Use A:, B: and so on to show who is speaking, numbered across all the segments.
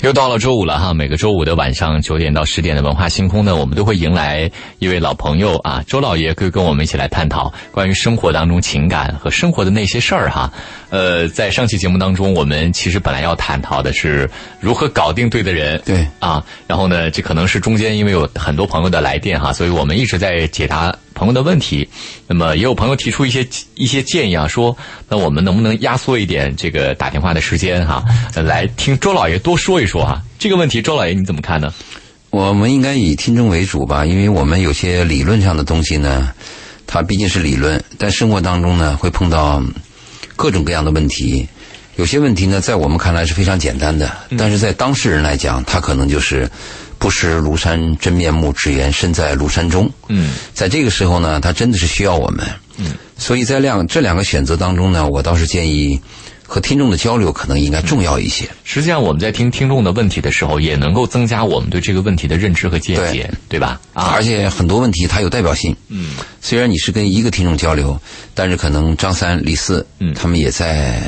A: 又到了周五了哈，每个周五的晚上九点到十点的文化星空呢，我们都会迎来一位老朋友啊，周老爷会跟我们一起来探讨关于生活当中情感和生活的那些事儿哈。呃，在上期节目当中，我们其实本来要探讨的是如何搞定对的人，
B: 对
A: 啊，然后呢，这可能是中间因为有很多朋友的来电哈，所以我们一直在解答朋友的问题。那么也有朋友提出一些一些建议啊，说那我们能不能压缩一点这个打电话的时间哈、呃来听周老爷多说一说啊？这个问题，周老爷你怎么看呢？
B: 我们应该以听众为主吧，因为我们有些理论上的东西呢，它毕竟是理论，但生活当中呢会碰到各种各样的问题。有些问题呢，在我们看来是非常简单的，但是在当事人来讲，他可能就是不识庐山真面目，只缘身在庐山中。
A: 嗯
B: 在这个时候呢，他真的是需要我们。嗯，所以在两这两个选择当中呢，我倒是建议和听众的交流可能应该重要一些。
A: 实际上我们在听听众的问题的时候，也能够增加我们对这个问题的认知和见解，对吧？啊，
B: 而且很多问题它有代表性。嗯，虽然你是跟一个听众交流，但是可能张三、李四，
A: 嗯
B: 他们也在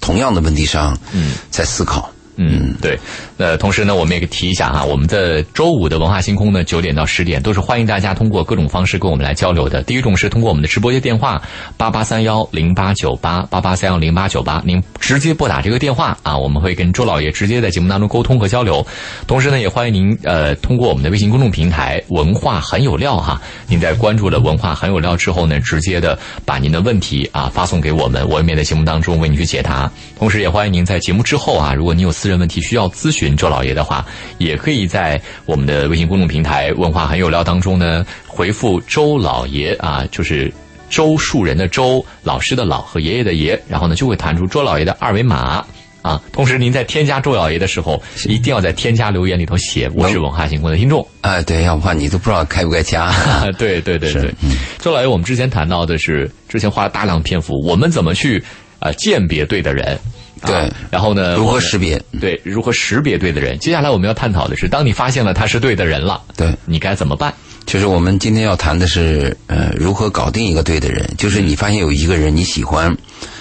B: 同样的问题上，
A: 嗯，
B: 在思考。
A: 嗯，对。那同时呢，我们也提一下啊，我们的周五的文化星空呢，九点到十点都是欢迎大家通过各种方式跟我们来交流的。第一种是通过我们的直播间电话八八三幺零八九八八八三幺零八九八，您直接拨打这个电话啊，我们会跟周老爷直接在节目当中沟通和交流。同时呢，也欢迎您呃通过我们的微信公众平台“文化很有料”哈，您在关注了“文化很有料”之后呢，直接的把您的问题啊发送给我们，我们也在节目当中为您去解答。同时，也欢迎您在节目之后啊，如果您有私人问题需要咨询周老爷的话，也可以在我们的微信公众平台“文化很有料”当中呢回复“周老爷”啊，就是。周树人的周，老师的老和爷爷的爷，然后呢就会弹出周老爷的二维码啊。同时，您在添加周老爷的时候，一定要在添加留言里头写“我是文化星空的听众”。
B: 哎，对，要不然你都不知道该不该加。
A: 啊，对对对对
B: 是，嗯
A: 周老爷，我们之前谈到的是，之前花了大量篇幅，我们怎么去呃鉴别对的人，啊
B: 对
A: 然后呢，
B: 如
A: 我
B: 何
A: 们
B: 识别？
A: 对如何识别对的人？接下来我们要探讨的是，当你发现了他是对的人了，
B: 对，
A: 你该怎么办？
B: 就是我们今天要谈的是，呃，如何搞定一个对的人。就是
A: 嗯
B: 你发现有一个人你喜欢，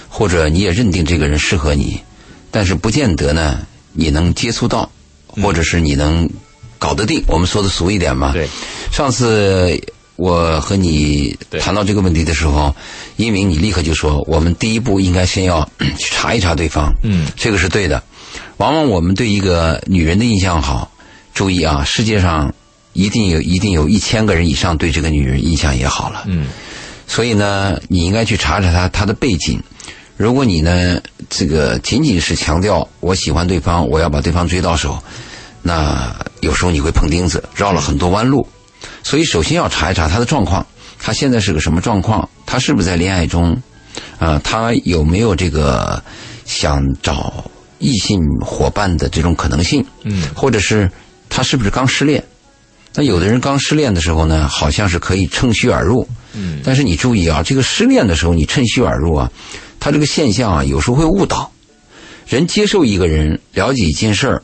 B: 或者你也认定这个人适合你，但是不见得呢，你能接触到，或者是你能搞得定。我们说的俗一点嘛，
A: 嗯对，
B: 上次我和你
A: 对
B: 谈到这个问题的时候，一鸣你立刻就说，我们第一步应该先要 去查一查对方，
A: 嗯，
B: 这个是对的。往往我们对一个女人的印象好，注意啊，世界上一定有一定有一千个人以上对这个女人印象也好了，
A: 嗯
B: 所以呢，你应该去查查她她的背景。如果你呢，这个仅仅是强调我喜欢对方，我要把对方追到手，那有时候你会碰钉子，绕了很多弯路。所以首先要查一查她的状况，她现在是个什么状况？她是不是在恋爱中？啊、她有没有这个想找异性伙伴的这种可能性？
A: 嗯，
B: 或者是她是不是刚失恋？那有的人刚失恋的时候呢，好像是可以趁虚而入，
A: 嗯
B: 但是你注意啊，这个失恋的时候你趁虚而入啊，他这个现象啊，有时候会误导人接受一个人，了解一件事儿，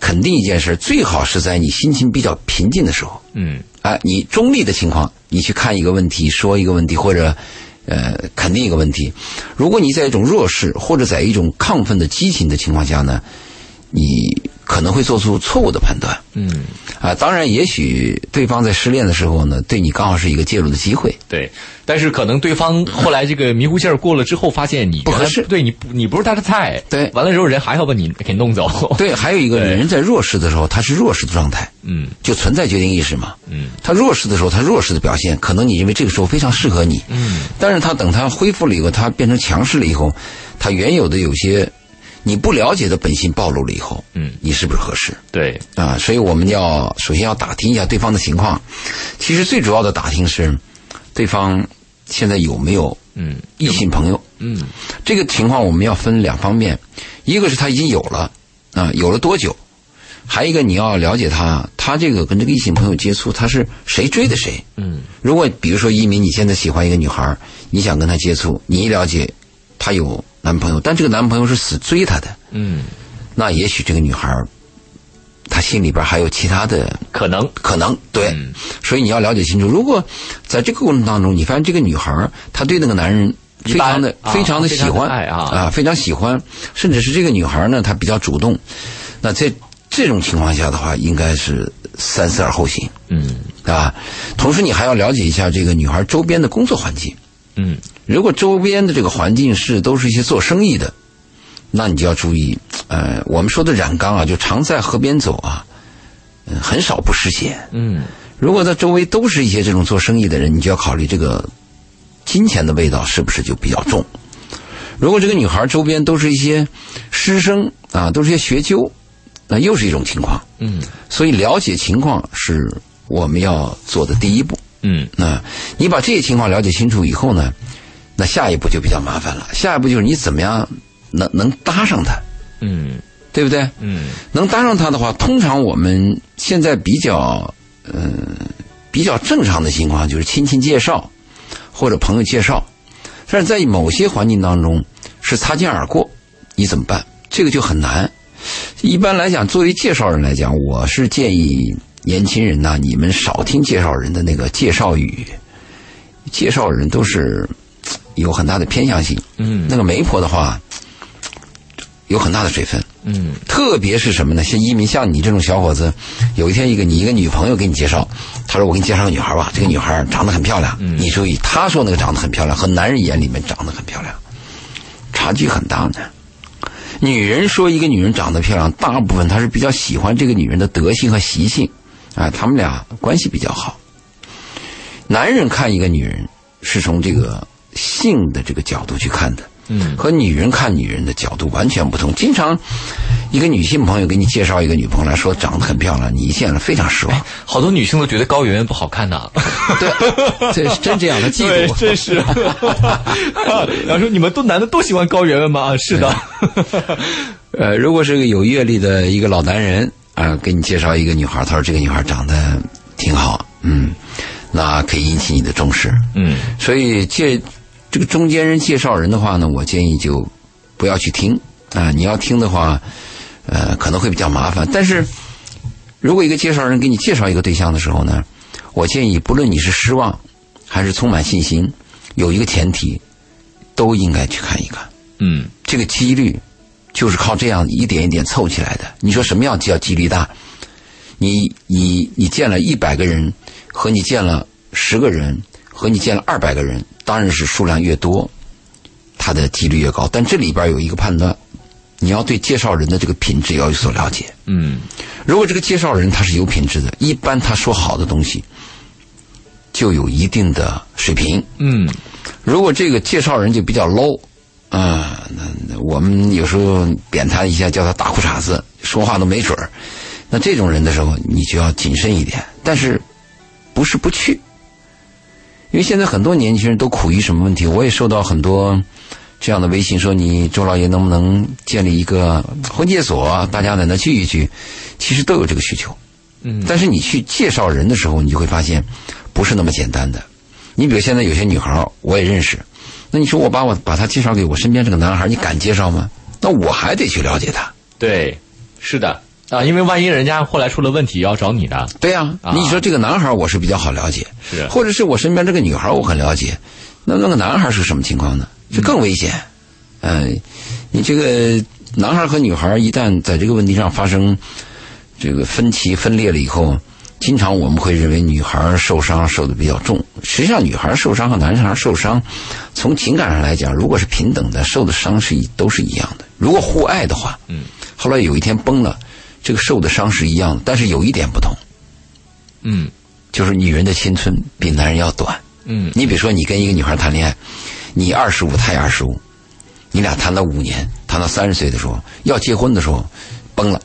B: 肯定一件事儿，最好是在你心情比较平静的时候，
A: 嗯
B: 哎，你中立的情况，你去看一个问题，说一个问题，或者呃肯定一个问题。如果你在一种弱势或者在一种亢奋的激情的情况下呢，你可能会做出错误的判断。
A: 嗯，
B: 啊，当然，也许对方在失恋的时候呢，对你刚好是一个介入的机会。
A: 对。但是可能对方后来这个迷糊劲儿过了之后，发现你
B: 不合
A: 原来
B: 适
A: 对你不你不是他的菜，
B: 对
A: 完了之后人还要把你给弄走，
B: 对，还有一个
A: 对
B: 女人在弱势的时候，她是弱势的状态，
A: 嗯
B: 就存在决定意识嘛。
A: 嗯
B: 她弱势的时候，她弱势的表现，可能你认为这个时候非常适合你，
A: 嗯
B: 但是她等她恢复了以后，她变成强势了以后，她原有的有些你不了解的本性暴露了以后，
A: 嗯，
B: 你是不是合适？
A: 对，
B: 啊，所以我们要首先要打听一下对方的情况。其实最主要的打听是，对方现在有没有
A: 嗯
B: 异性朋友？
A: 嗯
B: 这个情况我们要分两方面，一个是他已经有了，啊、有了多久？还有一个你要了解他，他这个跟这个异性朋友接触，他是谁追的谁？
A: 嗯
B: 如果比如说一鸣，你现在喜欢一个女孩，你想跟她接触，你一了解她有男朋友，但这个男朋友是死追她的，
A: 嗯，
B: 那也许这个女孩儿，她心里边还有其他的
A: 可能
B: 可能对，
A: 嗯
B: 所以你要了解清楚。如果在这个过程当中，你发现这个女孩儿她对那个男人
A: 一
B: 非常的
A: 般啊
B: 非常的喜
A: 非常
B: 欢
A: 地爱啊
B: 非常喜欢，甚至是这个女孩儿呢，她比较主动。那这这种情况下的话，应该是三思而后行，
A: 嗯
B: 对吧？同时，你还要了解一下这个女孩周边的工作环境。
A: 嗯
B: 如果周边的这个环境是都是一些做生意的，那你就要注意，呃，我们说的染缸啊，就常在河边走啊，嗯、很少不湿鞋。
A: 嗯
B: 如果在周围都是一些这种做生意的人，你就要考虑这个金钱的味道是不是就比较重。如果这个女孩周边都是一些师生啊，都是一些学究，那又是一种情况。
A: 嗯
B: 所以了解情况是我们要做的第一步。
A: 嗯
B: 那你把这些情况了解清楚以后呢，那下一步就比较麻烦了。下一步就是你怎么样能能搭上他，
A: 嗯
B: 对不对？
A: 嗯
B: 能搭上他的话，通常我们现在比较嗯、比较正常的情况就是亲戚介绍或者朋友介绍，但是在某些环境当中是擦肩而过，你怎么办？这个就很难。一般来讲，作为介绍人来讲，我是建议年轻人呐、你们少听介绍人的那个介绍语，介绍人都是嘖有很大的偏向性。
A: 嗯
B: 那个媒婆的话，嘖有很大的水分。
A: 嗯
B: 特别是什么呢？像移民，像你这种小伙子，有一天一个你一个女朋友给你介绍，他说我给你介绍个女孩吧，这个女孩长得很漂亮。你注意，他说那个长得很漂亮，和男人眼里面长得很漂亮，差距很大呢。女人说一个女人长得漂亮，大部分她是比较喜欢这个女人的德性和习性，啊，他们俩关系比较好。男人看一个女人是从这个性的这个角度去看的，
A: 嗯
B: 和女人看女人的角度完全不同。经常一个女性朋友给你介绍一个女朋友来说长得很漂亮，你一见了非常失望。
A: 好多女性都觉得高圆圆不好看 呐。
B: 对， 这是真这样的嫉妒。
A: 真 是。啊然后说你们都男的都喜欢高圆圆吗？啊是的。
B: 呃，如果是个有阅历的一个老男人啊、给你介绍一个女孩，他说这个女孩长得挺好，嗯，那可以引起你的重视。
A: 嗯
B: 所以介这个中间人介绍人的话呢，我建议就不要去听啊、你要听的话，呃，可能会比较麻烦。但是如果一个介绍人给你介绍一个对象的时候呢，我建议不论你是失望还是充满信心，有一个前提，都应该去看一看。
A: 嗯
B: 这个几率就是靠这样一点一点凑起来的。你说什么样叫几率大？你你你见了一百个人，和你见了十个人，和你见了二百个人，当然是数量越多，它的几率越高。但这里边有一个判断，你要对介绍人的这个品质要有所了解。
A: 嗯
B: 如果这个介绍人他是有品质的，一般他说好的东西就有一定的水平。
A: 嗯
B: 如果这个介绍人就比较 low，啊、那那我们有时候贬他一下，叫他大裤衩子，说话都没准儿。那这种人的时候，你就要谨慎一点。但是，不是不去，因为现在很多年轻人都苦于什么问题？我也收到很多这样的微信，说你周老爷能不能建立一个婚介所，大家在那聚一聚？其实都有这个需求。
A: 嗯
B: 但是你去介绍人的时候，你就会发现不是那么简单的。你比如现在有些女孩儿我也认识，那你说我把我把她介绍给我身边这个男孩儿，你敢介绍吗？那我还得去了解他。
A: 对，是的啊，因为万一人家后来出了问题要找你呢。
B: 对呀、
A: 啊
B: 你说这个男孩儿我是比较好了解，
A: 是
B: 或者是我身边这个女孩儿我很了解，那那个男孩儿是什么情况呢？这更危险。嗯、你这个男孩儿和女孩儿一旦在这个问题上发生这个分歧分裂了以后，经常我们会认为女孩儿受伤受的比较重，实际上女孩儿受伤和男孩儿受伤，从情感上来讲，如果是平等的，受的伤是一都是一样的。如果互爱的话，
A: 嗯，
B: 后来有一天崩了，这个受的伤是一样的，但是有一点不同。
A: 嗯
B: 就是女人的青春比男人要短。
A: 嗯
B: 你比如说，你跟一个女孩谈恋爱，你二十五，她也二十五，你俩谈了五年，谈到三十岁的时候，要结婚的时候，崩了，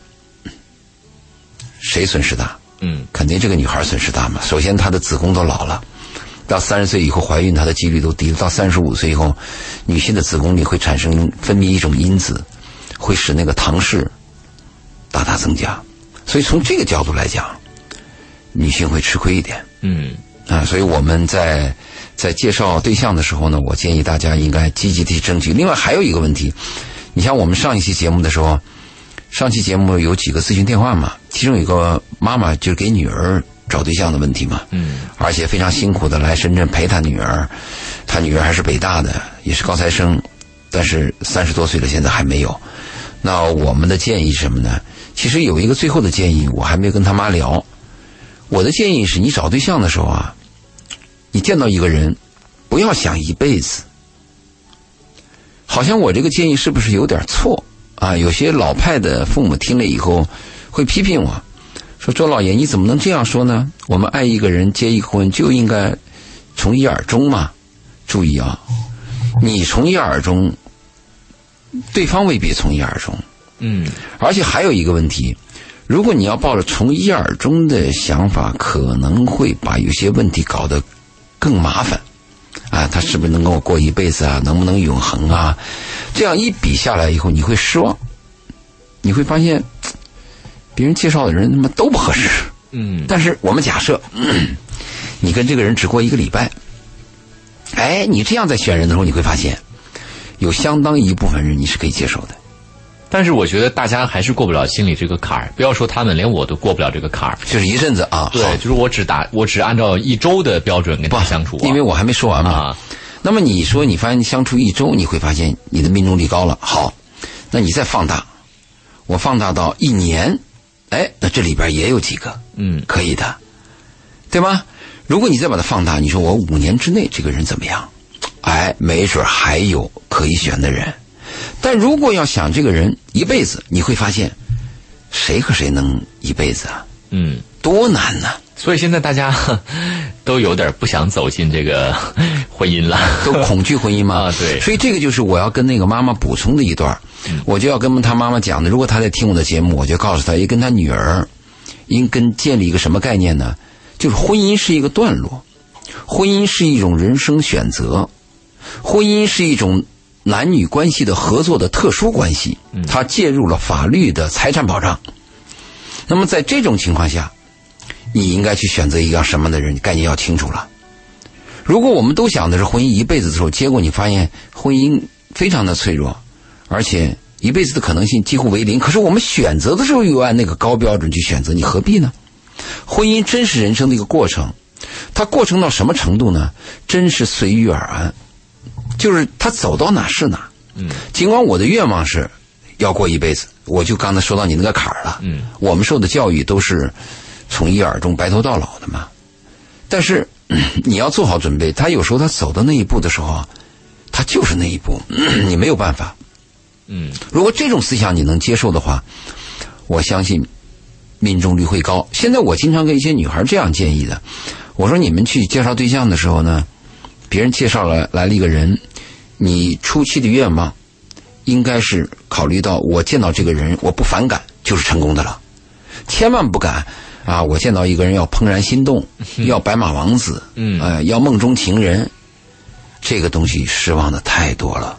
B: 谁损失大？
A: 嗯
B: 肯定这个女孩损失大嘛。首先，她的子宫都老了，到三十岁以后怀孕，她的几率都低了。到三十五岁以后，女性的子宫里会产生分泌一种因子，会使那个唐氏大大增加。所以从这个角度来讲，女性会吃亏一点。
A: 嗯
B: 啊，所以我们在在介绍对象的时候呢，我建议大家应该积极地去争取。另外还有一个问题，你像我们上一期节目的时候，上期节目有几个咨询电话嘛，其中有一个妈妈就是给女儿找对象的问题嘛，
A: 嗯
B: 而且非常辛苦的来深圳陪她女儿，她女儿还是北大的，也是高材生，但是三十多岁了，现在还没有。那我们的建议是什么呢？其实有一个最后的建议，我还没有跟他妈聊。我的建议是你找对象的时候啊，你见到一个人，不要想一辈子。好像我这个建议是不是有点错啊？有些老派的父母听了以后会批评我，说周老爷你怎么能这样说呢？我们爱一个人结一个婚就应该从一而终嘛。注意啊，你从一而终，对方未必从一而终。
A: 嗯，
B: 而且还有一个问题，如果你要抱着从一而终的想法，可能会把有些问题搞得更麻烦。啊，他是不是能跟我过一辈子啊？能不能永恒啊？这样一比下来以后，你会失望，你会发现，嘖别人介绍的人他妈都不合适。
A: 嗯，
B: 但是我们假设，嗯你跟这个人只过一个礼拜，哎，你这样在选人的时候，你会发现，有相当一部分人你是可以接受的。
A: 但是我觉得大家还是过不了心里这个坎儿，不要说他们，连我都过不了这个坎儿。
B: 就是一阵子啊，好
A: 对，就是我只打，我只按照一周的标准跟他相处啊、
B: 因为我还没说完嘛。
A: 啊，
B: 那么你说你发现相处一周，你会发现你的命中率高了。好，那你再放大，我放大到一年，哎，那这里边也有几个
A: 嗯
B: 可以的，对吧？如果你再把它放大，你说我五年之内这个人怎么样？哎，没准还有可以选的人。但如果要想这个人一辈子，你会发现，谁和谁能一辈子啊？
A: 嗯，
B: 多难呐、
A: 所以现在大家 呵都有点不想走进这个 婚姻了。
B: 都恐惧婚姻嘛。
A: 啊对嗯
B: 所以这个就是我要跟那个妈妈补充的一段儿，我就要跟他妈妈讲的。如果她在听我的节目，我就告诉她，也跟她女儿，应跟建立一个什么概念呢？就是婚姻是一个段落，婚姻是一种人生选择，婚姻是一种男女关系的合作的特殊关系，
A: 嗯
B: 它介入了法律的财产保障。那么在这种情况下，你应该去选择一个什么样的人，概念要清楚了。如果我们都想的是婚姻一辈子的时候，结果你发现婚姻非常的脆弱，而且一辈子的可能性几乎为零。可是我们选择的时候又按那个高标准去选择，你何必呢？婚姻真是人生的一个过程，它过程到什么程度呢？真是随遇而安，就是它走到哪是哪。
A: 嗯，
B: 尽管我的愿望是要过一辈子，我就刚才说到你那个坎儿了。
A: 嗯，
B: 我们受的教育都是从一而终、白头到老的嘛。但是 嗯你要做好准备，他有时候他走到那一步的时候啊，他就是那一步， 你没有办法。
A: 嗯，
B: 如果这种思想你能接受的话，我相信命中率会高。现在我经常跟一些女孩这样建议的，我说你们去介绍对象的时候呢，别人介绍了来了一个人，你初期的愿望应该是考虑到我见到这个人我不反感就是成功的了，千万不敢啊！我见到一个人要怦然心动，要白马王子，
A: 嗯
B: 呃，要梦中情人，这个东西失望的太多了。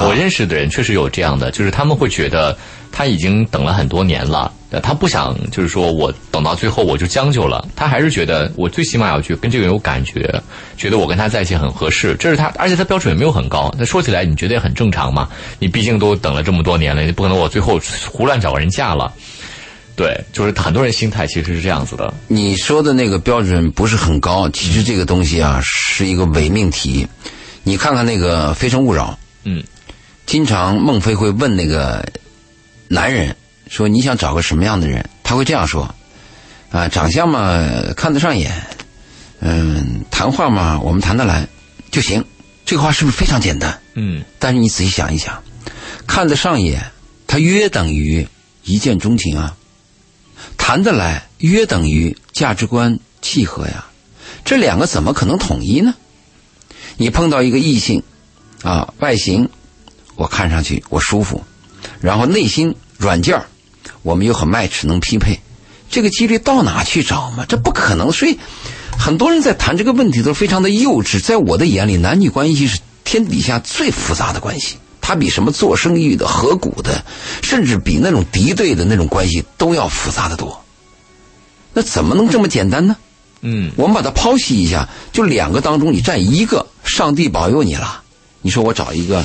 A: 我认识的人确实有这样的，就是他们会觉得他已经等了很多年了，呃他不想就是说我等到最后我就将就了，他还是觉得我最起码要去跟这个人有感觉，觉得我跟他在一起很合适，这是他，而且他标准也没有很高。那说起来你觉得也很正常嘛？你毕竟都等了这么多年了，你不可能我最后胡乱找个人嫁了。对，就是很多人心态其实是这样子的。
B: 你说的那个标准不是很高，其实这个东西啊是一个伪命题。你看看那个《非诚勿扰》，
A: 嗯，
B: 经常孟非会问那个男人说：“你想找个什么样的人？”他会这样说：“啊，长相嘛看得上眼，嗯，谈话嘛我们谈得来就行。”这个话是不是非常简单？
A: 嗯
B: 但是你仔细想一想，看得上眼，它约等于一见钟情啊；谈得来，约等于价值观契合呀。这两个怎么可能统一呢？你碰到一个异性，啊，外形我看上去我舒服，然后内心软件儿我们又很 match 能匹配，这个几率到哪去找嘛？这不可能。所以很多人在谈这个问题都非常的幼稚。在我的眼里，男女关系是天底下最复杂的关系，它比什么做生意的、合股的，甚至比那种敌对的那种关系都要复杂的多。那怎么能这么简单呢？
A: 嗯
B: 我们把它剖析一下，就两个当中你占一个，上帝保佑你了。你说我找一个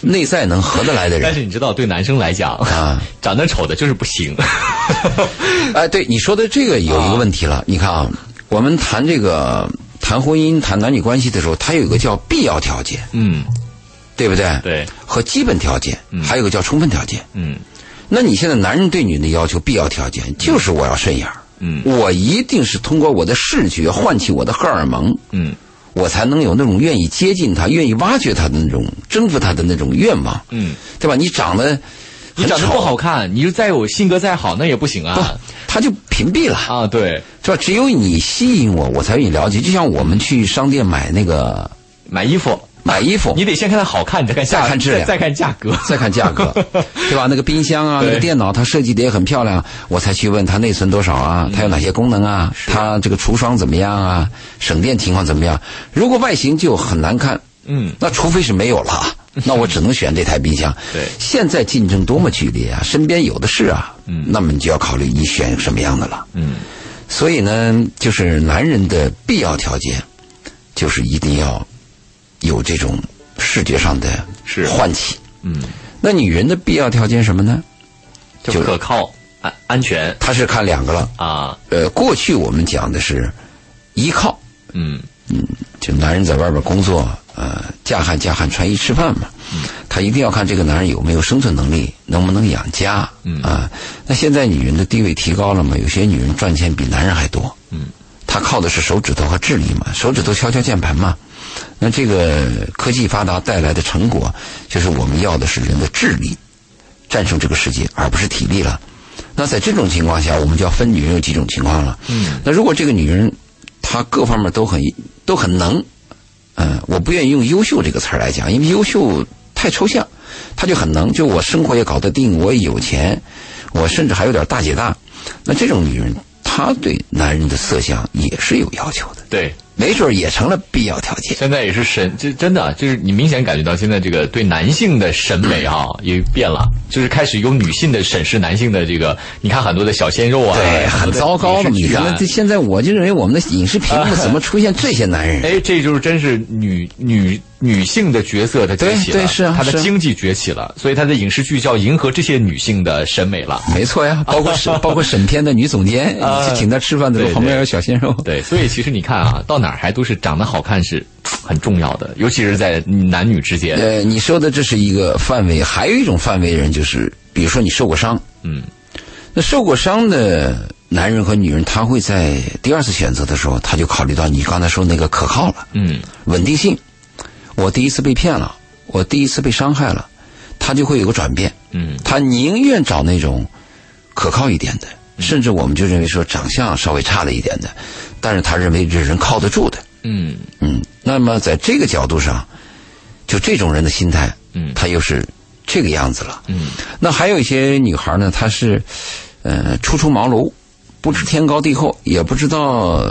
B: 内在能合得来的
A: 但
B: 人
A: 是你知道，对男生来讲，
B: 啊？
A: 长得丑的就是不行。
B: 哎，对你说的这个有一个问题了。你看啊，我们谈这个谈婚姻、谈男女关系的时候，它有一个叫必要条件。
A: 嗯
B: 对不对？
A: 对，
B: 和基本条件，还有个叫充分条件。
A: 嗯
B: 那你现在男人对女人的要求，必要条件就是我要顺眼儿，
A: 嗯
B: 我一定是通过我的视觉唤起我的荷尔蒙，
A: 嗯
B: 我才能有那种愿意接近他、愿意挖掘他的那种、征服他的那种愿望，
A: 嗯，
B: 对吧？你长得
A: 你
B: 很
A: 长得
B: 丑
A: 不，好看，你就再有性格再好，那也不行
B: 不
A: 啊
B: 他就屏蔽了，
A: 啊！对，
B: 是吧？只有你吸引我，我才愿意了解。就像我们去商店买那个
A: 买衣服
B: 买衣服，
A: 你得先看它好看，你再看价，
B: 再看质量
A: 再再看价 格。
B: 再看价 格，对吧？那个冰箱啊，
A: 对
B: 那个电脑，它设计的也很漂亮，我才去问它内存多少啊，它有哪些功能啊，它这个除霜怎么样啊，省电情况怎么样？如果外形就很难看，
A: 嗯，
B: 那除非是没有 了啊，那我只能选这台冰箱。
A: 对
B: 现在竞争多么剧烈啊，身边有的是啊，嗯，那么你就要考虑你选什么样的了。
A: 嗯，
B: 所以呢，就是男人的必要条件，就是一定要有这种视觉上的
A: 是
B: 唤起。
A: 嗯，
B: 那女人的必要条件是什么呢？
A: 就
B: 就
A: 可靠、安安全
B: 她是看两个了。
A: 啊，
B: 呃，过去我们讲的是依靠，
A: 嗯
B: 就男人在外边工作，呃，嫁汉嫁汉穿衣吃饭嘛，他一定要看这个男人有没有生存能力，能不能养家啊、那现在女人的地位提高了嘛，有些女人赚钱比男人还多，
A: 嗯，
B: 她靠的是手指头和智力嘛，手指头敲敲键盘嘛。那这个科技发达带来的成果，就是我们要的是人的智力战胜这个世界，而不是体力了。那在这种情况下，我们就要分女人有几种情况了。
A: 嗯，
B: 那如果这个女人她各方面都很都很能，嗯，我不愿意用优秀这个词儿来讲，因为优秀太抽象，她就很能，就我生活也搞得定，我也有钱，我甚至还有点大姐大。那这种女人，她对男人的色相也是有要求的，
A: 对。
B: 没准儿也成了必要条件。
A: 现在也是审，这真的啊就是你明显感觉到现在这个对男性的审美啊也变了，就是开始有女性的审视男性的这个，你看很多的小鲜肉啊，
B: 对，很糟糕
A: 的
B: 嘛！你
A: 女
B: 看，这现在我就认为我们的影视屏 幕怎么出现这些男人？
A: 哎，这就是真是女女女性的角色的崛起了，
B: 对对是啊
A: 她的
B: 是啊
A: 经济崛起了，所以她的影视剧就要迎合这些女性的审美了。
B: 没错 呀，包括审包括审片的女总监，
A: 啊
B: 你去请她吃饭的时
A: 对
B: 候，旁边有小鲜肉。
A: 对，所以其实你看啊，到哪儿还都是长得好看是很重要的，尤其是在男女之间。
B: 呃，你说的这是一个范围，还有一种范围的人就是，比如说你受过伤，
A: 嗯，
B: 那受过伤的男人和女人，他会在第二次选择的时候，他就考虑到你刚才说那个可靠了，
A: 嗯，
B: 稳定性。我第一次被骗了，我第一次被伤害了，他就会有个转变。
A: 嗯，
B: 他宁愿找那种可靠一点的，甚至我们就认为说长相稍微差了一点的，但是他认为这人靠得住的。
A: 嗯，
B: 嗯，那么在这个角度上，就这种人的心态，
A: 嗯
B: 他又是这个样子了。
A: 嗯，
B: 那还有一些女孩呢，她是，呃，初出茅庐，不知天高地厚，也不知道，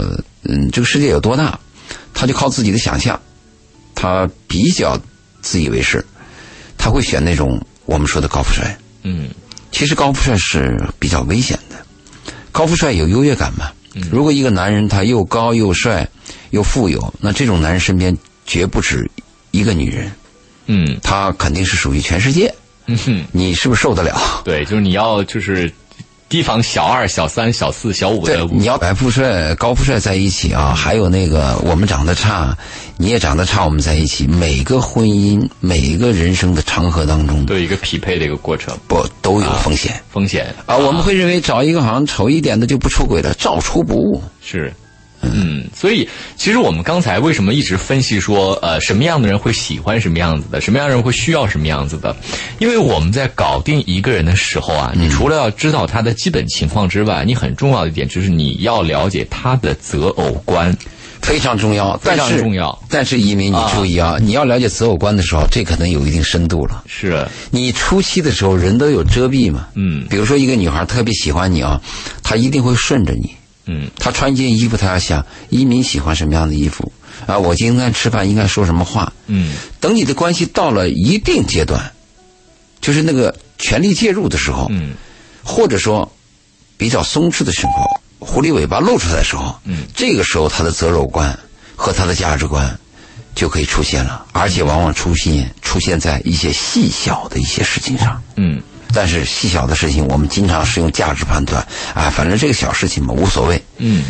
B: 嗯，这个世界有多大，她就靠自己的想象，她比较自以为是，她会选那种我们说的高富帅。
A: 嗯，
B: 其实高富帅是比较危险的，高富帅有优越感嘛。如果一个男人他又高又帅又富有，那这种男人身边绝不止一个女人，
A: 嗯，
B: 他肯定是属于全世界。
A: 嗯哼，
B: 你是不是受得了？
A: 对，就是你要就是提防小二、小三、小四、小五
B: 对
A: 的，
B: 你要白富帅、高富帅在一起啊，还有那个我们长得差，你也长得差，我们在一起，每个婚姻、每个人生的长河当中，
A: 都有一个匹配的一个过程
B: 不都有风险
A: 风险
B: 啊？我们会认为找一个好像丑一点的就不出轨了，照出不误。
A: 是。嗯，所以其实我们刚才为什么一直分析说，呃，什么样的人会喜欢什么样子的，什么样的人会需要什么样子的？因为我们在搞定一个人的时候啊，你除了要知道他的基本情况之外，你很重要的一点就是你要了解他的择偶观。
B: 非常重要，
A: 非常
B: 但是
A: 重要。
B: 但是移民，你注意啊，你要了解择偶观的时候，这可能有一定深度了。
A: 是，
B: 你初期的时候，人都有遮蔽嘛。
A: 嗯
B: 比如说，一个女孩特别喜欢你啊，她一定会顺着你。
A: 嗯
B: 她穿一件衣服，她要想移民喜欢什么样的衣服啊，我今天吃饭应该说什么话。
A: 嗯
B: 等你的关系到了一定阶段，就是那个权力介入的时候，
A: 嗯
B: 或者说比较松弛的时候，狐狸尾巴露出来的时候，
A: 嗯，
B: 这个时候他的择偶观和他的价值观就可以出现了，而且往往出现出现在一些细小的一些事情上。
A: 嗯，
B: 但是细小的事情，我们经常是用价值判断啊，反正这个小事情嘛，无所谓。
A: 嗯，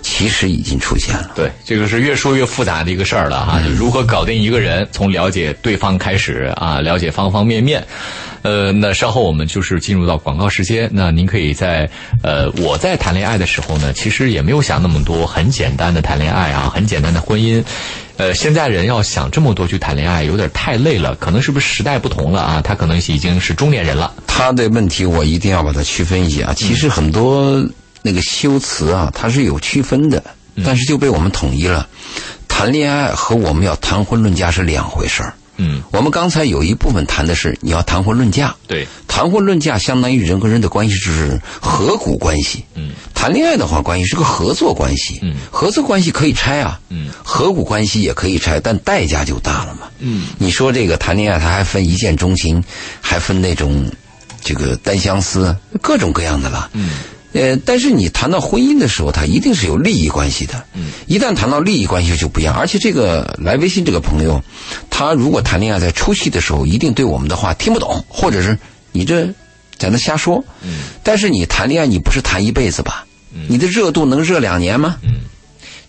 B: 其实已经出现了。
A: 对，这个是越说越复杂的一个事儿了哈、就如何搞定一个人，从了解对方开始啊，了解方方面面。呃，那稍后我们就是进入到广告时间。那您可以在呃，我在谈恋爱的时候呢，其实也没有想那么多，很简单的谈恋爱啊，很简单的婚姻。呃，现在人要想这么多去谈恋爱，有点太累了。可能是不是时代不同了啊？他可能已经是中年人了。
B: 他的问题我一定要把它区分一下。
A: 嗯
B: 其实很多那个修辞啊，它是有区分的，
A: 嗯
B: 但是就被我们统一了。谈恋爱和我们要谈婚论嫁是两回事儿。
A: 嗯，
B: 我们刚才有一部分谈的是你要谈婚论嫁，
A: 对，
B: 谈婚论嫁相当于人和人的关系就是合股关系。
A: 嗯，
B: 谈恋爱的话，关系是个合作关系。
A: 嗯，
B: 合作关系可以拆啊。
A: 嗯，
B: 合股关系也可以拆，但代价就大了嘛。
A: 嗯，
B: 你说这个谈恋爱，他还分一见钟情，还分那种这个单相思，各种各样的了。
A: 嗯，
B: 呃，但是你谈到婚姻的时候，它一定是有利益关系的。嗯，一旦谈到利益关系就不一样。而且这个来微信这个朋友，他如果谈恋爱在初期的时候，一定对我们的话听不懂，或者是你这在那瞎说。嗯，但是你谈恋爱，你不是谈一辈子吧？你的热度能热两年吗？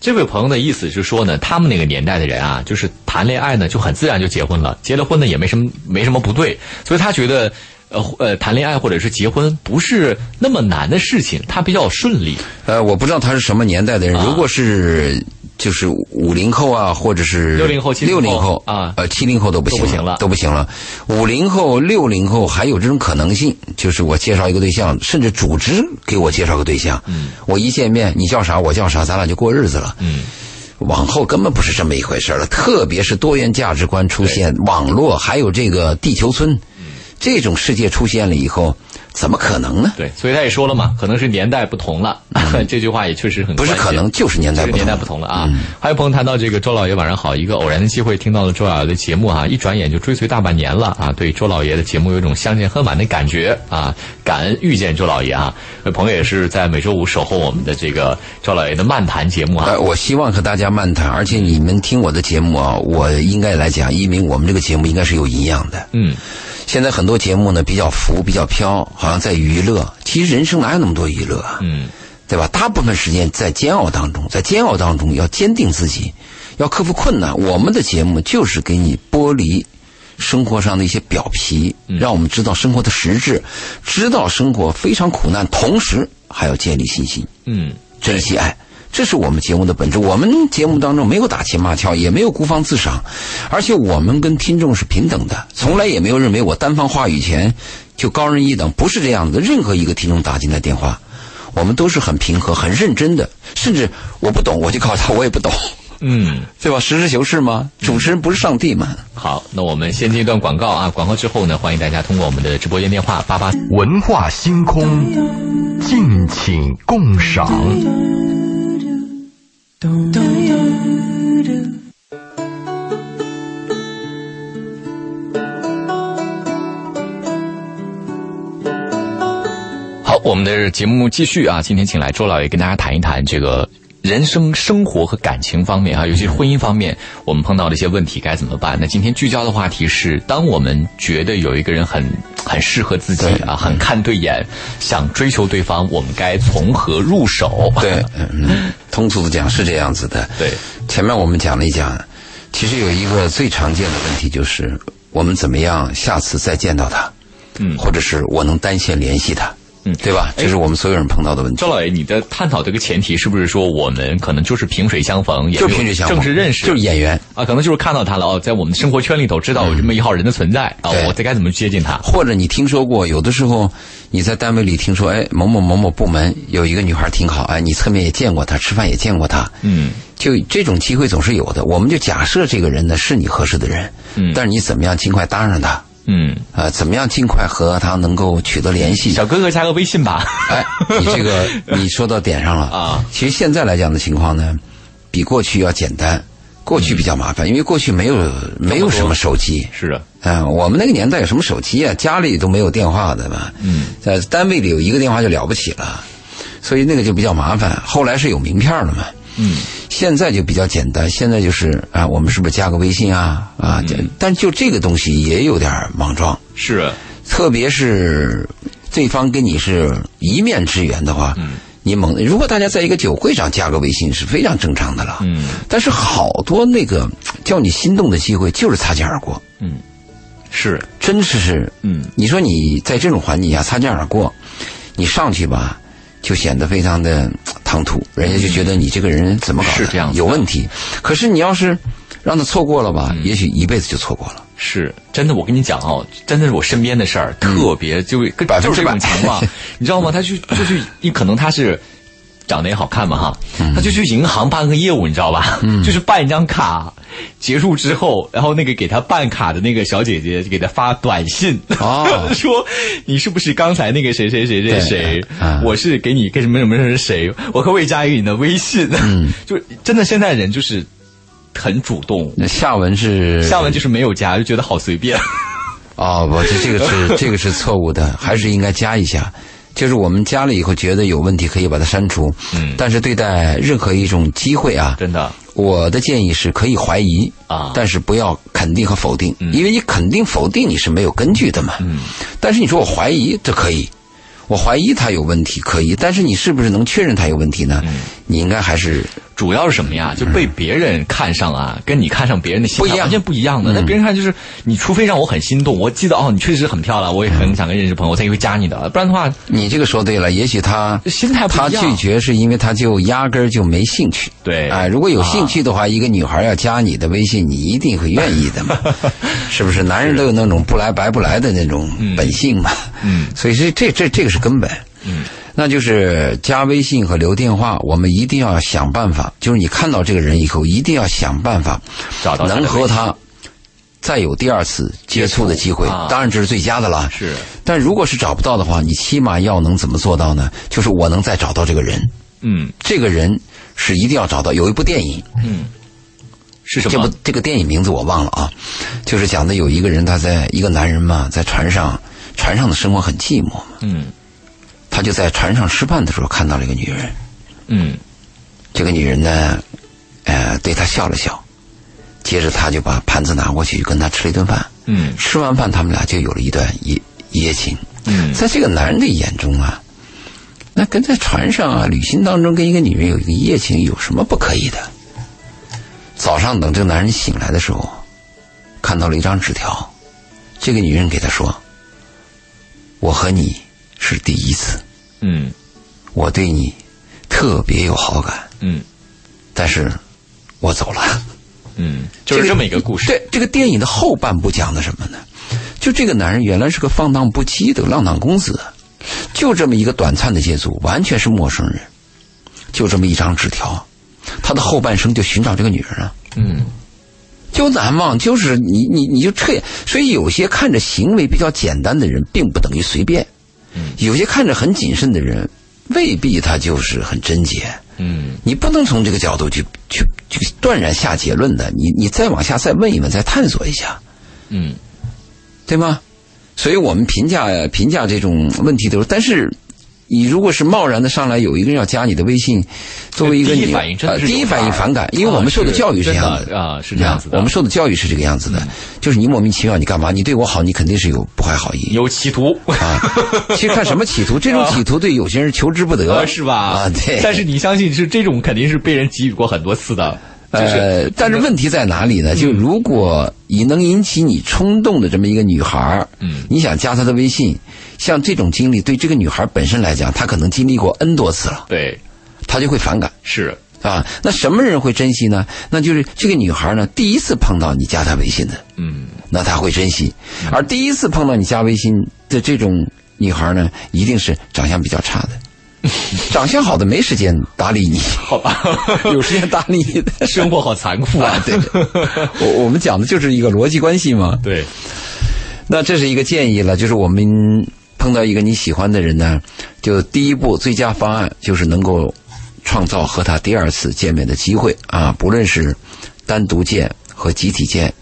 A: 这位朋友的意思是说呢，他们那个年代的人啊，就是谈恋爱呢就很自然就结婚了，结了婚呢也没什么没什么不对，所以他觉得。呃呃，谈恋爱或者是结婚不是那么难的事情，他比较顺利。
B: 呃，我不知道他是什么年代的
A: 啊
B: 人，如果是就是五零后啊，或者是
A: 60后70后
B: 六零后
A: 啊
B: 呃七零后都不行
A: 都不行了
B: 都不行了。五零后、六零后还有这种可能性，就是我介绍一个对象，甚至组织给我介绍个对象，嗯，我一见面，你叫啥，我叫啥，咱俩就过日子了，
A: 嗯。
B: 往后根本不是这么一回事了，特别是多元价值观出现，网络还有这个地球村，
A: 嗯
B: 这种世界出现了以后，怎么可能呢？
A: 对，所以他也说了嘛，可能是年代不同了。 这句话也确实很
B: 不是
A: 关键
B: 可能，就是年代
A: 这
B: 不
A: 个
B: 同嗯
A: 年。代不同了啊！还有朋友谈到这个周老爷晚上好，一个偶然的机会听到了周老爷的节目啊，一转眼就追随大半年了啊！对周老爷的节目有一种相见恨晚的感觉啊，感恩遇见周老爷啊！呃朋友也是在每周五守候我们的这个周老爷的漫谈节目啊，
B: 呃，我希望和大家漫谈，而且你们听我的节目啊，我应该来讲，一鸣，我们这个节目应该是有营养的。
A: 嗯，
B: 现在很多节目呢比较浮，比较飘，好像在娱乐，其实人生哪有那么多娱乐啊？
A: 嗯，
B: 对吧？大部分时间在煎熬当中，在煎熬当中要坚定自己，要克服困难。我们的节目就是给你剥离生活上的一些表皮，
A: 嗯
B: 让我们知道生活的实质，知道生活非常苦难，同时还要建立信心。
A: 嗯，
B: 珍惜爱，这是我们节目的本质。我们节目当中没有打情骂俏，也没有孤芳自赏，而且我们跟听众是平等的，从来也没有认为我单方话语权就高人一等，不是这样的。任何一个听众打进来电话，我们都是很平和、很认真的，甚至我不懂我就告诉他我也不懂，
A: 嗯。
B: 对吧？实事求是嘛，主持人不是上帝嘛。
A: 好，那我们先进一段广告啊，广告之后呢，欢迎大家通过我们的直播间电话八八
C: 文化星空，敬请共赏。
A: 好，我们的节目继续啊，今天请来周老爷跟大家谈一谈这个人生、生活和感情方面啊，
B: 嗯
A: 尤其是婚姻方面，我们碰到的一些问题该怎么办？那今天聚焦的话题是，当我们觉得有一个人很很适合自己啊，很看对眼，想追求对方，我们该从何入手？
B: 对，嗯，通俗的讲是这样子的。
A: 对，
B: 前面我们讲了一讲，其实有一个最常见的问题就是，我们怎么样下次再见到他，
A: 嗯
B: 或者是我能单线联系他，
A: 嗯
B: 对吧？
A: 哎
B: 这是我们所有人碰到的问题
A: 周。老爷，你的探讨这个前提是不是说我们可能就是萍水相逢，也
B: 就
A: 没
B: 是
A: 有
B: 平时相
A: 正式认识，
B: 就是演员，
A: 啊，可能就是看到他了哦，在我们生活圈里头知道有这么一号人的存在啊，
B: 对
A: 我该该怎么接近他？
B: 或者你听说过，有的时候你在单位里听说，哎，某某某某部门有一个女孩挺好，哎，你侧面也见过她，吃饭也见过她，
A: 嗯，
B: 就这种机会总是有的。我们就假设这个人呢是你合适的人，
A: 嗯
B: 但是你怎么样尽快搭上他？
A: 嗯，
B: 啊，怎么样尽快和他能够取得联系？
A: 小哥哥加个微信吧。
B: 哎，你这个 你说到点上了
A: 啊。
B: 其实现在来讲的情况呢，比过去要简单，过去比较麻烦，因为过去没有没有什么手机。
A: 是啊，
B: 嗯，我们那个年代有什么手机啊？家里都没有电话的吧？
A: 嗯，
B: 在单位里有一个电话就了不起了，所以那个就比较麻烦。后来是有名片了嘛？
A: 嗯，
B: 现在就比较简单，现在就是啊，我们是不是加个微信啊？啊，这
A: 嗯
B: 但就这个东西也有点儿莽撞。
A: 是啊，嗯
B: 特别是对方跟你是一面之缘的话，你猛，如果大家在一个酒会上加个微信是非常正常的了。嗯，但是好多那个叫你心动的机会就是擦肩而过，
A: 是，
B: 真是是。
A: 嗯，
B: 你说你在这种环境下擦肩而过，你上去吧，就显得非常的唐突，人家就觉得你这个人怎么搞的
A: 是这样子的
B: 有问题。可是你要是让他错过了吧，
A: 嗯
B: 也许一辈子就错过了。
A: 是真的，我跟你讲哦，真的是我身边的事儿，特别就跟
B: 嗯百分
A: 就是
B: 之
A: 这
B: 百
A: 种情况， 你知道吗？他去就去，你可能他是长得也好看嘛哈，
B: 嗯
A: 他就去银行办个业务，你知道吧？就是办一张卡，结束之后，然后那个给他办卡的那个小姐姐就给他发短信，
B: 哦
A: 说你是不是刚才那个谁谁谁谁谁
B: 啊？
A: 我是给你跟什么什么什么谁？我可不可以加一个你的微信？
B: 嗯
A: 就真的现在人就是很主动。
B: 那下文是
A: 嗯下文就是没有加，就觉得好随便。
B: 哦，不，这这个是这个是错误的，还是应该加一下。就是我们加了以后觉得有问题，可以把它删除。
A: 嗯
B: 但是对待任何一种机会啊，
A: 真的，
B: 我的建议是可以怀疑
A: 啊嗯
B: 但是不要肯定和否定，因为你肯定否定你是没有根据的嘛。嗯，但是你说我怀疑，这可以，我怀疑他有问题可以，但是你是不是能确认他有问题呢？
A: 嗯
B: 你应该还是
A: 主要是什么呀？就被别人看上啊，跟你看上别人的心
B: 嗯不一
A: 态
B: 样嗯
A: 完全不一样的。那别人看就是，你除非让我很心动，我记得哦，你确实很漂亮，我也很想跟认识
B: 嗯
A: 朋友，我才会加你的。不然的话，
B: 你这个说对了，也许他
A: 心态不
B: 他
A: 一样
B: 拒绝是因为他就压根儿就没兴趣。
A: 对啊
B: 哎，如果有兴趣的话，一个女孩要加你的微信，你一定会愿意的 嘛，是不是？男人都有那种不来白不来的那种本性嘛。
A: 嗯，
B: 所以这这这这个是根本。嗯，那就是加微信和留电话，我们一定要想办法，就是你看到这个人以后，一定要想办法
A: 找到他的
B: 能和他再有第二次接触的机会
A: 接触啊，
B: 当然这是最佳的了。
A: 是，
B: 但如果是找不到的话，你起码要能怎么做到呢？就是我能再找到这个人，
A: 嗯，
B: 这个人是一定要找到。有一部电影，
A: 是什
B: 这部
A: 么？
B: 这个电影名字我忘了啊，就是讲的有一个人，他在一个男人嘛，在船上，船上的生活很寂寞嘛，
A: 嗯
B: 他就在船上吃饭的时候看到了一个女人，
A: 嗯
B: 这个女人呢，呃，对他笑了笑，接着他就把盘子拿过去跟他吃了一顿饭，
A: 嗯
B: 吃完饭他们俩就有了一段一一夜情，
A: 嗯
B: 在这个男人的眼中啊，那跟在船上啊旅行当中跟一个女人有一个一夜情有什么不可以的？早上等这个男人醒来的时候，看到了一张纸条，这个女人给他说：“我和你是第一次，
A: 嗯
B: 我对你特别有好感，
A: 嗯
B: 但是我走了。”
A: 嗯，就是这么一个故事。
B: 对，这个电影的后半部讲的什么呢？就这个男人原来是个放荡不羁的浪荡公子，就这么一个短暂的接触，完全是陌生人，就这么一张纸条，他的后半生就寻找这个女人啊，
A: 嗯
B: 就难忘，就是你你你就彻夜，所以有些看着行为比较简单的人，并不等于随便，
A: 嗯
B: 有些看着很谨慎的人，未必他就是很贞洁，
A: 嗯
B: 你不能从这个角度去去去断然下结论的，你你再往下再问一问，再探索一下，
A: 嗯，
B: 对吗？所以我们评价评价这种问题的时候，但是你如果是贸然的上来有一个人要加你的微信，作为一个
A: 第一
B: 你
A: 反应真的是
B: 呃、第一
A: 有
B: 反应
A: 点儿
B: 反感，因为
A: 啊
B: 我们受的
A: 是
B: 教育是这
A: 真
B: 样
A: 的啊是这
B: 啊
A: 样子的嗯
B: 我们受的教育是这个样子的，就是你莫名其妙你干嘛？你对我好，你肯定是有不怀好意。
A: 有企图。
B: 啊，其实看什么企图，这种企图对有些人求之不得，
A: 呃，是吧？
B: 啊，对。
A: 但是你相信是这种，肯定是被人给予过很多次的，就是、
B: 呃，嗯但是问题在哪里呢？就如果以能引起你冲动的这么一个女孩嗯，你想加她的微信，像这种经历，对这个女孩本身来讲，她可能经历过 n 多次了，
A: 对，
B: 她就会反感
A: 是
B: 啊。那什么人会珍惜呢？那就是这个女孩呢，第一次碰到你加她微信的，
A: 嗯
B: 那她会珍惜；而第一次碰到你加微信的这种女孩呢，一定是长相比较差的，长相好的没时间搭理 你，
A: 好吧，
B: 有时间搭理你的。
A: 生活好残酷啊
B: 啊，，对，我我们讲的就是一个逻辑关系嘛。
A: 对，
B: 那这是一个建议了，就是我们碰到一个你喜欢的人呢，就第一步最佳方案就是能够创造和他第二次见面的机会啊，不论是单独见和集体见，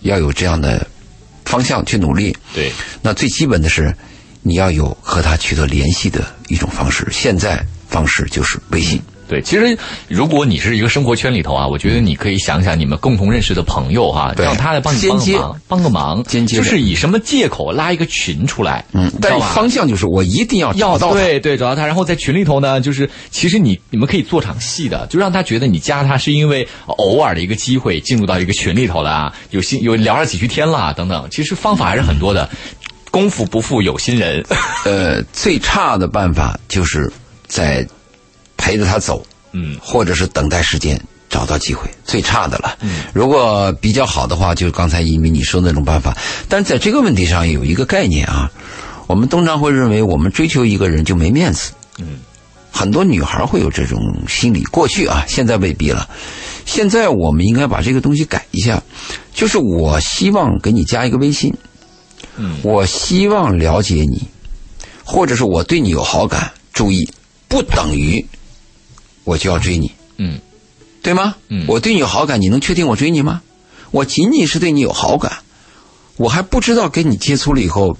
B: 要有这样的方向去努力。
A: 对，
B: 那最基本的是，你要有和他取得联系的一种方式，现在方式就是微信。
A: 对，其实如果你是一个生活圈里头啊，我觉得你可以想想你们共同认识的朋友哈、
B: 对
A: 让他来帮你帮个
B: 间接
A: 忙，帮个忙，
B: 间接的
A: 就是以什么借口拉一个群出来，嗯
B: 但是方向就是我一定要找到他。
A: 对对，找到他，然后在群里头呢，就是其实你你们可以做场戏的，就让他觉得你加他是因为偶尔的一个机会进入到一个群里头了啊，有心有聊上几句天啦等等，其实方法还是很多的，功夫不负有心人，
B: 呃，最差的办法就是在陪着他走，
A: 嗯，
B: 或者是等待时间找到机会，最差的了。如果比较好的话，就是刚才一鸣你说的那种办法。但在这个问题上有一个概念啊，我们通常会认为我们追求一个人就没面子，嗯，很多女孩会有这种心理。过去啊，现在未必了。现在我们应该把这个东西改一下，就是我希望给你加一个微信，嗯，我希望了解你，或者是我对你有好感，注意，不等于我就要追你，
A: 嗯，
B: 对吗？
A: 嗯
B: 我对你有好感，你能确定我追你吗？我仅仅是对你有好感，我还不知道跟你接触了以后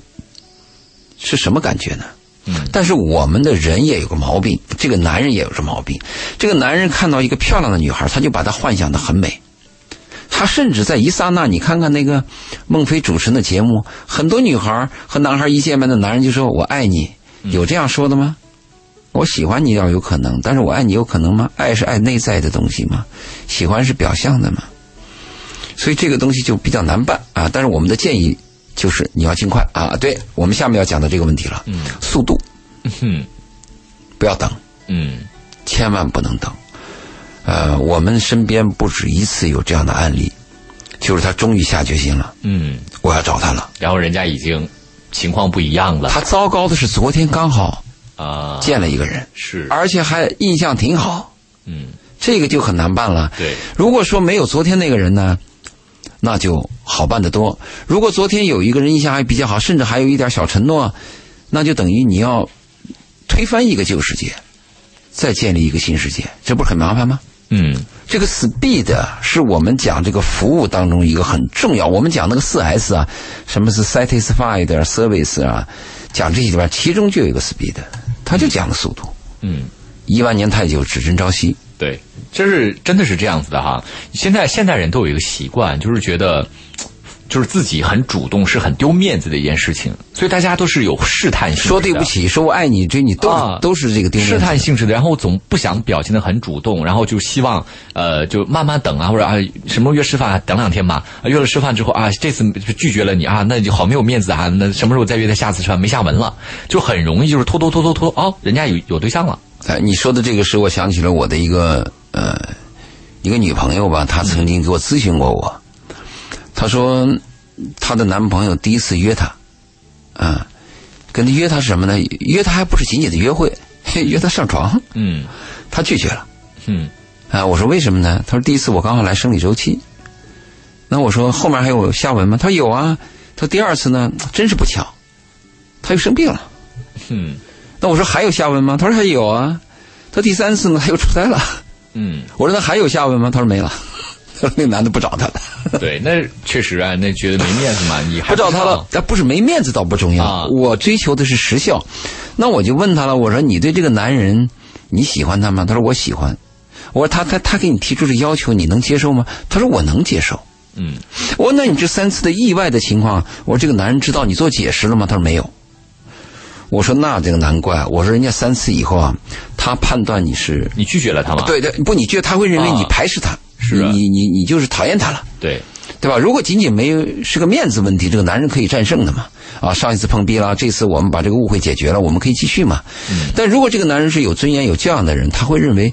B: 是什么感觉呢。
A: 嗯
B: 但是我们的人也有个毛病，这个男人也有这毛病。这个男人看到一个漂亮的女孩，他就把她幻想的很美。他甚至在一刹那，你看看那个孟非主持人的节目，很多女孩和男孩一见面，那男人就说“我爱你”，
A: 嗯
B: 有这样说的吗？我喜欢你要有可能，但是我爱你有可能吗？爱是爱内在的东西吗？喜欢是表象的吗？所以这个东西就比较难办啊。但是我们的建议就是你要尽快啊。对我们下面要讲的这个问题了，嗯，速度，
A: 嗯
B: 不要等，
A: 嗯
B: 千万不能等。呃，我们身边不止一次有这样的案例，就是他终于下决心了，
A: 嗯，
B: 我要找他了。
A: 然后人家已经情况不一样了
B: 他糟糕的是昨天刚好
A: 啊，
B: 见了一个人，
A: 是，
B: 而且还印象挺好，
A: 嗯，
B: 这个就很难办了。
A: 对，
B: 如果说没有昨天那个人呢，那就好办得多。如果昨天有一个人印象还比较好，甚至还有一点小承诺，那就等于你要推翻一个旧世界，再建立一个新世界，这不是很麻烦吗？
A: 嗯
B: 这个 speed 是我们讲这个服务当中一个很重要。我们讲那个四 S 啊，什么是 satisfied 啊 service 啊，讲这些里边，其中就有一个 speed，它就讲了速度。
A: 嗯。
B: 一万年太久，只争朝夕。
A: 对，就是真的是这样子的哈。现在现代人都有一个习惯，就是觉得。就是自己很主动是很丢面子的一件事情，所以大家都是有试探性的。
B: 说对不起，说我爱你，追你，都是、
A: 啊
B: 都是这个定
A: 试探性质的，然后总不想表现的很主动，然后就希望呃就慢慢等啊，或者啊什么约吃饭啊等两天吧，啊约了吃饭之后啊这次拒绝了你啊，那就好没有面子啊，那什么时候再约他下次吃饭没下文了，就很容易就是拖拖拖拖拖哦，人家有有对象了，
B: 哎，你说的这个使我想起了我的一个呃一个女朋友吧，她曾经给我咨询过我，她说她的男朋友第一次约她，啊，跟她约她是什么呢？约她还不是仅仅的约会， 约她上床，
A: 嗯
B: 她拒绝了。
A: 嗯
B: 啊，我说为什么呢？她说第一次我刚好来生理周期。那我说后面还有下文吗？她说有啊。她说第二次呢，真是不巧，她又生病了。
A: 嗯
B: 那我说还有下文吗？他说还有啊。他第三次呢，他又出差了。
A: 嗯，
B: 我说那还有下文吗？他说没了。 他说那男的不找他了，
A: 对，那确实啊，那觉得没面子嘛，你还
B: 不找
A: 知
B: 他
A: 道
B: 了。，但不是没面子倒不重要，
A: 啊
B: 我追求的是实效。那我就问他了，我说你对这个男人你喜欢他吗？他说我喜欢。我说他他他给你提出的要求你能接受吗？他说我能接受。
A: 嗯
B: 我说那你这三次的意外的情况，我说这个男人知道你做解释了吗？他说没有。我说那这个难怪，我说人家三次以后啊，他判断你是
A: 你拒绝了他嘛？
B: 对对，不，你觉得他会认为你
A: 啊
B: 排斥他，
A: 是啊
B: 你你你你就是讨厌他了，
A: 对，
B: 对吧？如果仅仅没有是个面子问题，这个男人可以战胜的嘛。啊，上一次碰壁了，这次我们把这个误会解决了，我们可以继续嘛。
A: 嗯
B: 但如果这个男人是有尊严、有教养的人，他会认为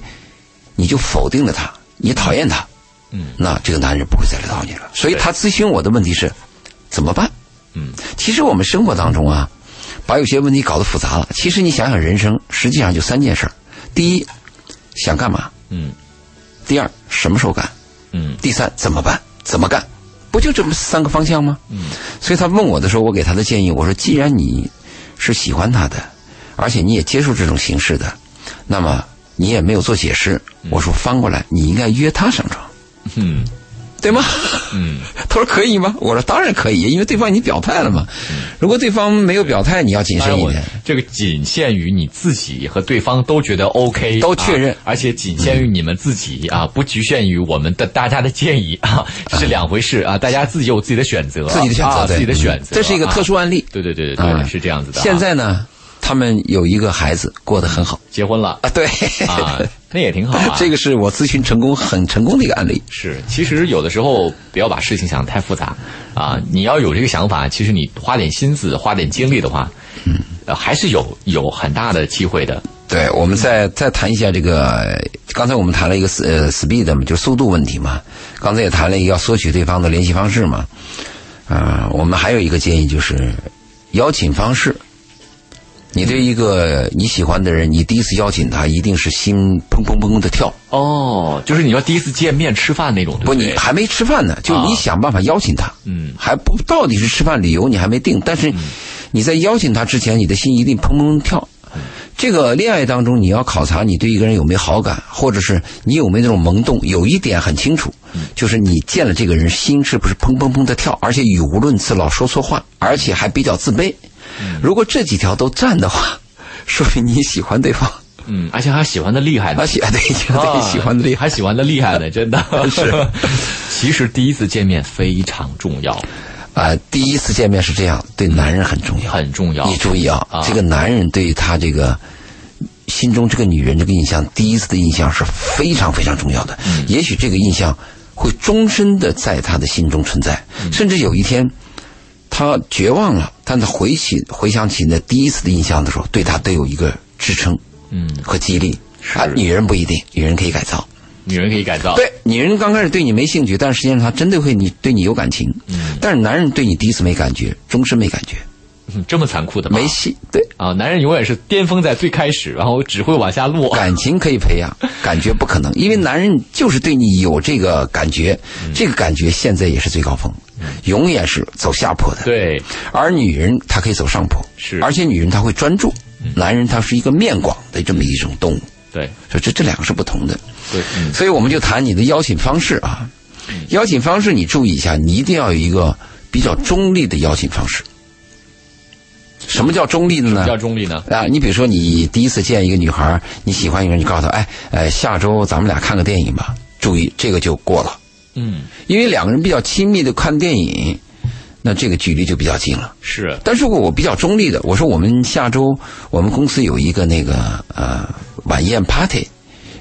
B: 你就否定了他，你讨厌他，
A: 嗯，
B: 那这个男人不会再来找你了。所以他咨询我的问题是怎么办？
A: 嗯，
B: 其实我们生活当中啊，把有些问题搞得复杂了。其实你想想，人生实际上就三件事儿：第一，想干嘛；
A: 嗯
B: 第二，什么时候干；
A: 嗯
B: 第三，怎么办？怎么干？不就这么三个方向吗？嗯。所以他问我的时候，我给他的建议，我说：既然你是喜欢他的，而且你也接受这种形式的，那
A: 嗯
B: 么你也没有做解释。我说翻过来，你应该约他上床。
A: 嗯
B: 对吗？
A: 嗯，
B: 他说可以吗？我说当然可以，因为对方已经表态了嘛。
A: 嗯
B: 如果对方没有表态，你要谨
A: 当
B: 慎
A: 然
B: 一
A: 我
B: 点。
A: 这个仅限于你自己和对方都觉得 OK，
B: 都确认嗯
A: 啊而且仅限于你们自己啊，不局限于我们的大家的建议啊，这是两回事啊，大家自己有自己的选择，
B: 自己的选择
A: 啊
B: 对嗯
A: 自己的选择，
B: 这是一个特殊
A: 啊，
B: 案例。
A: 对对对对对，
B: 嗯
A: 是这样子的啊。
B: 现在呢，他们有一个孩子过得很好
A: 结婚了
B: 啊，对，
A: 啊，那也挺好啊。
B: 这个是我咨询成功很成功的一个案例。
A: 是，其实有的时候不要把事情想得太复杂啊！你要有这个想法，其实你花点心思、花点精力的话，
B: 嗯
A: 呃还是有有很大的机会的。
B: 对，我们再
A: 嗯
B: 再谈一下这个，刚才我们谈了一个速呃 speed 嘛，就是速度问题嘛。刚才也谈了一个要索取对方的联系方式嘛。啊、我们还有一个建议就是邀请方式。你对一个你喜欢的人，你第一次邀请他，一定是心砰砰砰的跳。
A: 哦，就是你要第一次见面吃饭那种，对
B: 不，
A: 对
B: 你还没吃饭呢，就你
A: 啊
B: 想办法邀请他。
A: 嗯
B: 还不到底是吃饭理由你还没定，但是你在邀请他之前，你的心一定砰砰跳。
A: 嗯
B: 这个恋爱当中，你要考察你对一个人有没有好感，或者是你有没有那种萌动。有一点很清楚，
A: 嗯
B: 就是你见了这个人，心是不是砰砰砰的跳，而且语无伦次，老说错话，而且还比较自卑。
A: 嗯
B: 如果这几条都占的话， 说明你喜欢对方，
A: 嗯，而且还喜欢的厉害呢
B: 而，且 对，
A: 啊
B: 对喜欢的厉害。
A: 还喜欢的厉害 呢，真的是。 其实第一次见面非常重要，
B: 啊、第一次见面是这样，对男人很重要。
A: 很重要
B: 你。注意啊，
A: 啊
B: 这个男人对他这个心中这个女人这个印象，第一次的印象是非常非常重要的。
A: 嗯
B: 也许这个印象会终身的在他的心中存在，
A: 嗯
B: 甚至有一天他绝望了，但他回起回想起那第一次的印象的时候，对他都有一个支撑，
A: 嗯，啊
B: 和激励。啊，女人不一定，女人可以改造。
A: 女人可以改造。
B: 对，女人刚开始对你没兴趣，但是实际上她真的会你对你有感情。但是男人对你第一次没感觉，终身没感觉，
A: 嗯，这么残酷的吗？
B: 没戏。对，
A: 啊，男人永远是巅峰在最开始，然后只会往下落。
B: 感情可以培养，感觉不可能，因为男人就是对你有这个感觉，这个感觉现在也是最高峰，永远是走下坡的。，
A: 对，
B: 而女人她可以走上坡，
A: 是
B: 而且女人她会专注，男人他是一个面广的这么一种动物，
A: 对，
B: 所以这这两个是不同的。
A: 对，嗯，
B: 所以我们就谈你的邀请方式啊，邀请方式你注意一下，你一定要有一个比较中立的邀请方式。什么叫中立的呢
A: 比？较中立呢。
B: 啊，你比如说，你第一次见一个女孩儿，你喜欢一个人，你告诉她，哎，呃，下周咱们俩看个电影吧。注意，这个就过了，
A: 嗯，
B: 因为两个人比较亲密的看电影，那这个距离就比较近了。
A: 是，
B: 但是如果我比较中立的，我说我们下周我们公司有一个那个呃晚宴 party，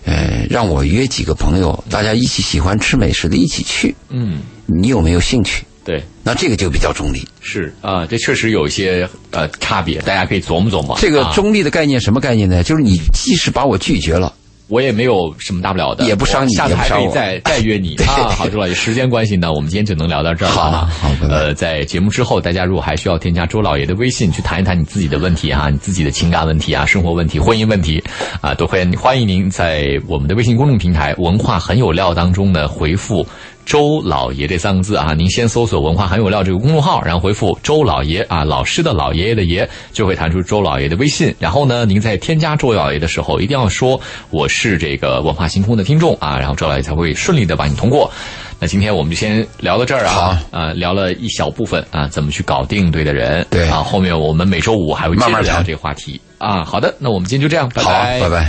B: 呃，让我约几个朋友，大家一起喜欢吃美食的一起去，
A: 嗯，
B: 你有没有兴趣？
A: 对，
B: 那这个就比较中立。
A: 是啊，这确实有一些呃差别，大家可以琢磨琢磨。
B: 这个
A: 啊
B: 中立的概念什么概念呢？就是你即使把我拒绝了。
A: 我也没有什么大不了的，
B: 也不伤你
A: 我下次
B: 也不
A: 还
B: 伤
A: 可以
B: 我
A: 再再约你
B: 对
A: 啊。好，朱老师，时间关系呢，我们今天只能聊到这儿了。
B: 好
A: 啊
B: 好拜拜
A: 呃，在节目之后，大家如果还需要添加周老爷的微信去谈一谈你自己的问题啊，你自己的情感问题啊、生活问题、婚姻问题啊，都欢欢迎您在我们的微信公众平台“文化很有料”当中呢回复。周老爷这三个字啊，您先搜索“文化很有料”这个公众号，然后回复“周老爷”啊，老师的老爷爷的爷，就会弹出周老爷的微信。然后呢，您在添加周老爷的时候，一定要说我是这个文化星空的听众啊，然后周老爷才会顺利的把你通过。那今天我们就先聊到这儿啊，啊，聊了一小部分啊，怎么去搞定对的人，
B: 对
A: 啊，后面我们每周五还会接
B: 慢
A: 着
B: 慢
A: 聊
B: 谈
A: 这个话题啊。好的，那我们今天就这样，拜
B: 好，拜拜。